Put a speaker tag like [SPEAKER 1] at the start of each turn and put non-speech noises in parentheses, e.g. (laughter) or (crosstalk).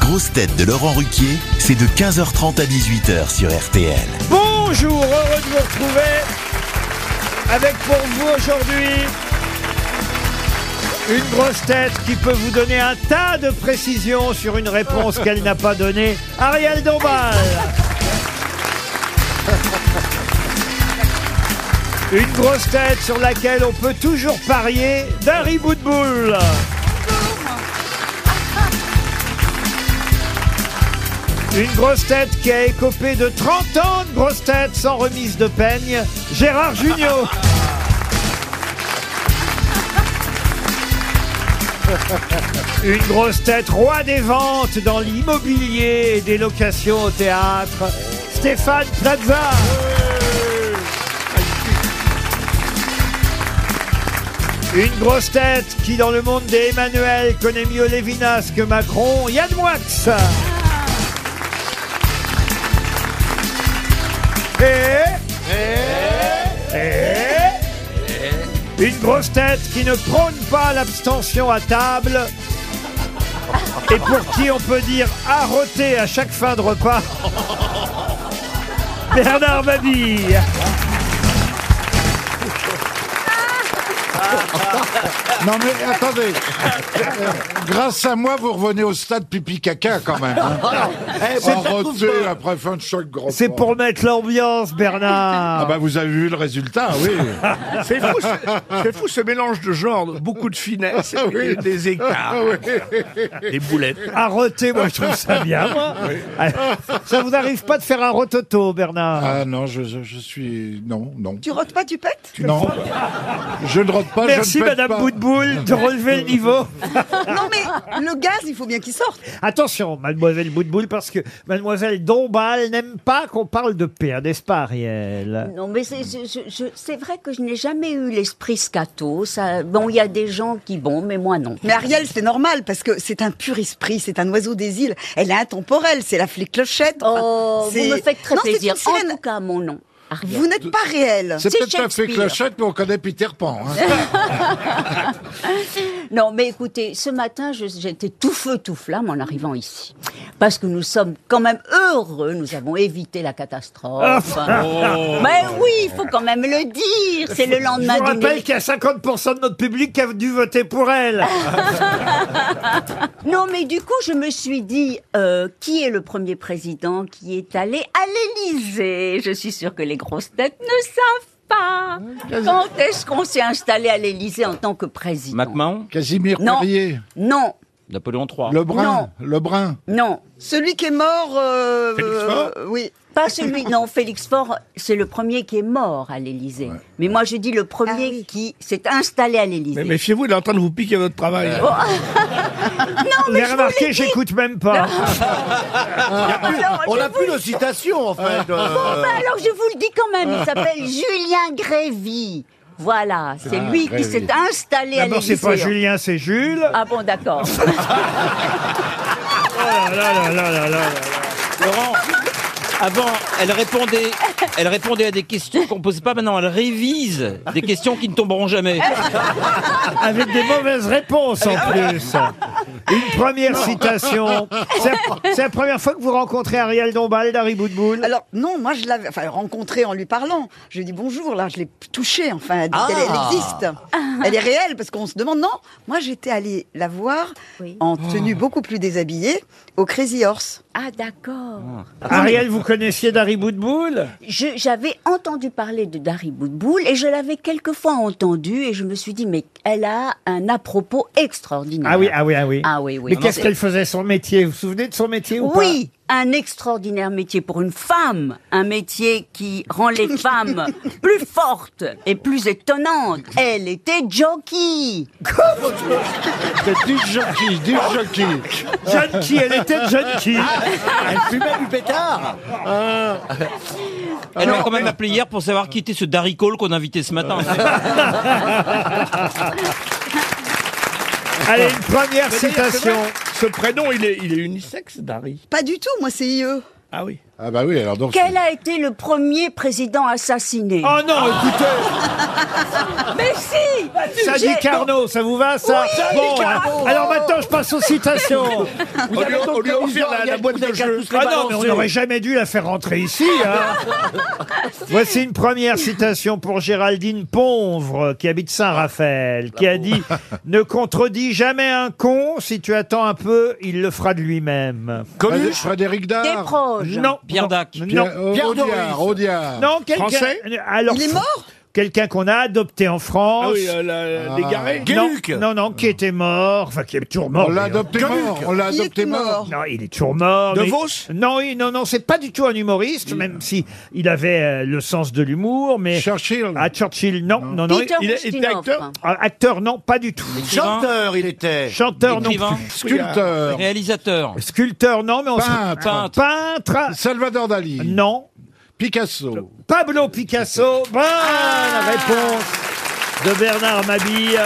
[SPEAKER 1] grosses têtes de Laurent Ruquier, c'est de 15h30 à 18h sur RTL.
[SPEAKER 2] Bonjour, heureux de vous retrouver avec pour vous aujourd'hui une grosse tête qui peut vous donner un tas de précisions sur une réponse qu'elle n'a pas donnée, Ariel Dombal. Une grosse tête sur laquelle on peut toujours parier, Dari Boudboul. Une grosse tête qui a écopé de 30 ans de grosse tête sans remise de peigne, Gérard Junior. Une grosse tête roi des ventes dans l'immobilier et des locations au théâtre, Stéphane Plaza. Une grosse tête qui, dans le monde des Emmanuel, connaît mieux Lévinas que Macron, Yann Moix. Et... Et... Une grosse tête qui ne prône pas l'abstention à table et pour qui on peut dire arroté à chaque fin de repas, Bernard Mabille.
[SPEAKER 3] Non mais attendez, Euh, grâce à moi vous revenez au stade pipi caca quand même. hein.
[SPEAKER 2] Eh,
[SPEAKER 3] En
[SPEAKER 2] c'est pas
[SPEAKER 3] roté après fin de choc gros.
[SPEAKER 2] C'est pour mettre l'ambiance, Bernard.
[SPEAKER 3] Ah bah vous avez vu le résultat, oui.
[SPEAKER 4] C'est fou, ce- c'est fou ce mélange de genres, beaucoup de finesse, et puis des écarts,
[SPEAKER 3] Ah oui.
[SPEAKER 4] des boulettes.
[SPEAKER 2] Arroté, moi je trouve ça bien. moi. Ça vous arrive pas de faire un rototo, Bernard
[SPEAKER 3] Ah non, je, je, je suis non non
[SPEAKER 5] Tu rotes pas, tu pètes
[SPEAKER 3] non. Je ne rote pas.
[SPEAKER 2] Merci,
[SPEAKER 3] je ne pète
[SPEAKER 2] Madame
[SPEAKER 3] pas.
[SPEAKER 2] Boutboul, de relever le niveau.
[SPEAKER 5] Non mais le gaz, il faut bien qu'il sorte.
[SPEAKER 2] Attention, Mademoiselle Boutboul, parce que Mademoiselle Dombal n'aime pas qu'on parle de paix, n'est-ce pas, Ariel
[SPEAKER 6] Non, mais c'est- c'est je- je- c'est vrai que je n'ai jamais eu l'esprit scato. Ça, bon, il y a des gens qui, bon, mais moi non.
[SPEAKER 5] Mais Ariel, c'est normal parce que c'est un pur esprit, c'est un oiseau des îles. Elle est intemporelle, c'est la flic clochette.
[SPEAKER 6] Oh,
[SPEAKER 5] C'est-
[SPEAKER 6] vous me faites très
[SPEAKER 5] Non, c'est
[SPEAKER 6] plaisir.
[SPEAKER 5] une
[SPEAKER 6] En
[SPEAKER 5] sirène.
[SPEAKER 6] tout cas, mon nom. Ariel.
[SPEAKER 5] Vous n'êtes pas réelle.
[SPEAKER 3] C'est
[SPEAKER 6] C'est
[SPEAKER 3] peut-être pas fait
[SPEAKER 6] Shakespeare.
[SPEAKER 3] clochette, mais on connaît Peter Pan. hein.
[SPEAKER 6] Non, mais écoutez, ce matin, je- j'étais tout feu, tout flamme en arrivant ici. Parce que nous sommes quand même heureux, nous avons évité la catastrophe. Mais oui, il faut quand même le dire, c'est le
[SPEAKER 2] Ah. Je
[SPEAKER 6] lendemain
[SPEAKER 2] vous
[SPEAKER 6] d'une
[SPEAKER 2] rappelle qu'il y a 50% de notre public qui a dû voter pour elle.
[SPEAKER 6] Non, mais du coup, je me suis dit, euh, qui est le premier président qui est allé à l'Élysée Je suis sûre que les grosses têtes ne savent pas. Quand est-ce qu'on s'est installé à l'Élysée en tant que président
[SPEAKER 7] MacMahon,
[SPEAKER 3] Casimir
[SPEAKER 6] Non.
[SPEAKER 3] Perrier,
[SPEAKER 6] Non,
[SPEAKER 7] Napoléon III.
[SPEAKER 3] Lebrun, Lebrun.
[SPEAKER 6] non,
[SPEAKER 5] Celui qui est mort. euh,
[SPEAKER 4] Félix
[SPEAKER 5] euh, oui.
[SPEAKER 6] pas celui. Non, Félix Faure, c'est le premier qui est mort à l'Élysée. Mais moi, je dis le premier
[SPEAKER 5] Ah oui.
[SPEAKER 6] qui s'est installé à
[SPEAKER 4] Mais
[SPEAKER 6] l'Élysée.
[SPEAKER 4] méfiez-vous, il est en train de vous piquer votre travail.
[SPEAKER 2] Vous avez remarqué, j'écoute même pas.
[SPEAKER 6] Alors, je vous-
[SPEAKER 8] de citation en fait.
[SPEAKER 6] Bon, ben alors, je vous le dis quand même, il s'appelle Julien Grévy. Voilà, c'est lui qui
[SPEAKER 3] Grévy.
[SPEAKER 6] s'est installé à
[SPEAKER 2] D'abord,
[SPEAKER 6] l'Élysée.
[SPEAKER 2] c'est pas Julien, c'est Jules.
[SPEAKER 6] Ah bon, d'accord.
[SPEAKER 2] Oh là là là là là là là.
[SPEAKER 7] Laurent, avant, elle répondait, elle répondait à des questions qu'on posait pas maintenant. Elle révise des questions qui ne tomberont jamais.
[SPEAKER 2] Avec des mauvaises réponses en plus. Une première citation. C'est la- C'est la première fois que vous rencontrez Ariel Dombal et Dari Boudboul.
[SPEAKER 5] Alors non, moi je l'avais, enfin rencontré en lui parlant. Je lui ai dit bonjour, là je l'ai touchée. Enfin, elle, dit qu'elle- elle
[SPEAKER 6] Ah. (laughs)
[SPEAKER 5] existe, elle est réelle parce qu'on se demande. Non, moi j'étais allée la voir
[SPEAKER 6] Oui. Oh.
[SPEAKER 5] en tenue beaucoup plus déshabillée au Crazy Horse.
[SPEAKER 6] Ah d'accord.
[SPEAKER 2] Ariel, vous connaissiez Dari Boudboul
[SPEAKER 6] Je- J'avais entendu parler de Dari Boudboul et je l'avais quelquefois entendu et je me suis dit mais elle a un à-propos extraordinaire.
[SPEAKER 2] Ah oui, ah oui, ah oui.
[SPEAKER 6] Ah oui, oui.
[SPEAKER 2] Mais qu'est-ce qu'elle faisait son métier Vous vous souvenez de son métier ou
[SPEAKER 6] Oui, un extraordinaire métier pour une femme, un métier qui
[SPEAKER 2] (laughs)
[SPEAKER 6] rend les femmes plus fortes et plus étonnantes. Elle était jockey.
[SPEAKER 3] C'est du jockey, du
[SPEAKER 4] Oh,
[SPEAKER 3] jockey.
[SPEAKER 2] pas Junkie, elle était junkie.
[SPEAKER 8] Elle fumait du pétard.
[SPEAKER 7] Elle m'a quand même appelé hier pour savoir qui était ce Darry Cole qu'on invitait ce matin.
[SPEAKER 2] Allez, une première
[SPEAKER 4] D'ailleurs, c'est
[SPEAKER 2] citation.
[SPEAKER 4] vrai, Ce prénom, il est, il est unisexe, Dari.
[SPEAKER 5] Pas du tout, moi c'est E. IE.
[SPEAKER 4] Ah oui.
[SPEAKER 3] Ah bah oui, alors donc...
[SPEAKER 6] Quel a été le premier président assassiné
[SPEAKER 2] Oh non,
[SPEAKER 4] Ah.
[SPEAKER 2] écoutez,
[SPEAKER 6] Mais si
[SPEAKER 2] ça
[SPEAKER 6] J'ai-
[SPEAKER 2] dit Carnot, ça vous va ça
[SPEAKER 6] Oui, ça dit Carnot.
[SPEAKER 2] alors maintenant je passe aux citations.
[SPEAKER 4] On lui, on lui a offert la, la boîte de jeu.
[SPEAKER 2] Ah non, mais on n'aurait jamais dû la faire rentrer ici. hein. Voici une première citation pour Géraldine Ponvre, qui habite Saint-Raphaël, qui a dit « Ne contredis jamais un con, si tu attends un peu, il le fera de lui-même.
[SPEAKER 3] Coluche Frédéric
[SPEAKER 6] Des
[SPEAKER 3] Dard
[SPEAKER 6] proches. »
[SPEAKER 2] Non.
[SPEAKER 7] Pierre
[SPEAKER 2] non,
[SPEAKER 7] Dac.
[SPEAKER 2] Non.
[SPEAKER 3] Pierre- euh,
[SPEAKER 8] Pierre
[SPEAKER 3] Audiard,
[SPEAKER 8] Doris.
[SPEAKER 3] Audiard.
[SPEAKER 2] Non, quelqu'un...
[SPEAKER 4] Français
[SPEAKER 2] alors,
[SPEAKER 5] Il est mort
[SPEAKER 2] Quelqu'un qu'on a adopté en France.
[SPEAKER 4] Ah oui, euh, la-
[SPEAKER 3] Ah.
[SPEAKER 4] l'égaré.
[SPEAKER 2] Non,
[SPEAKER 8] Gueluc.
[SPEAKER 2] non, non, qui était mort, enfin qui est toujours mort.
[SPEAKER 3] On l'a
[SPEAKER 2] d'ailleurs.
[SPEAKER 3] adopté mort. On l'a
[SPEAKER 5] Il est
[SPEAKER 3] adopté mort.
[SPEAKER 5] mort.
[SPEAKER 2] Non, il est toujours mort.
[SPEAKER 4] De
[SPEAKER 2] mais-
[SPEAKER 4] Vos
[SPEAKER 2] Non, oui, non, non, c'est pas du tout un humoriste, même si il avait euh, le sens de l'humour, mais
[SPEAKER 3] Churchill.
[SPEAKER 2] à Churchill, non, non, non.
[SPEAKER 6] Peter
[SPEAKER 4] il est- il était
[SPEAKER 6] Ustinov.
[SPEAKER 4] acteur
[SPEAKER 2] Ah, Acteur, non, pas du tout.
[SPEAKER 8] Chanteur, il était.
[SPEAKER 2] Chanteur, non.
[SPEAKER 7] Écrivain,
[SPEAKER 3] Sculpteur.
[SPEAKER 7] réalisateur,
[SPEAKER 2] Sculpteur, non, mais on
[SPEAKER 3] Peintre.
[SPEAKER 2] se... Peintre,
[SPEAKER 3] Salvador Dali.
[SPEAKER 2] Ah, non.
[SPEAKER 3] Picasso.
[SPEAKER 2] Ah. Pablo Picasso, bonne réponse de Bernard Mabille.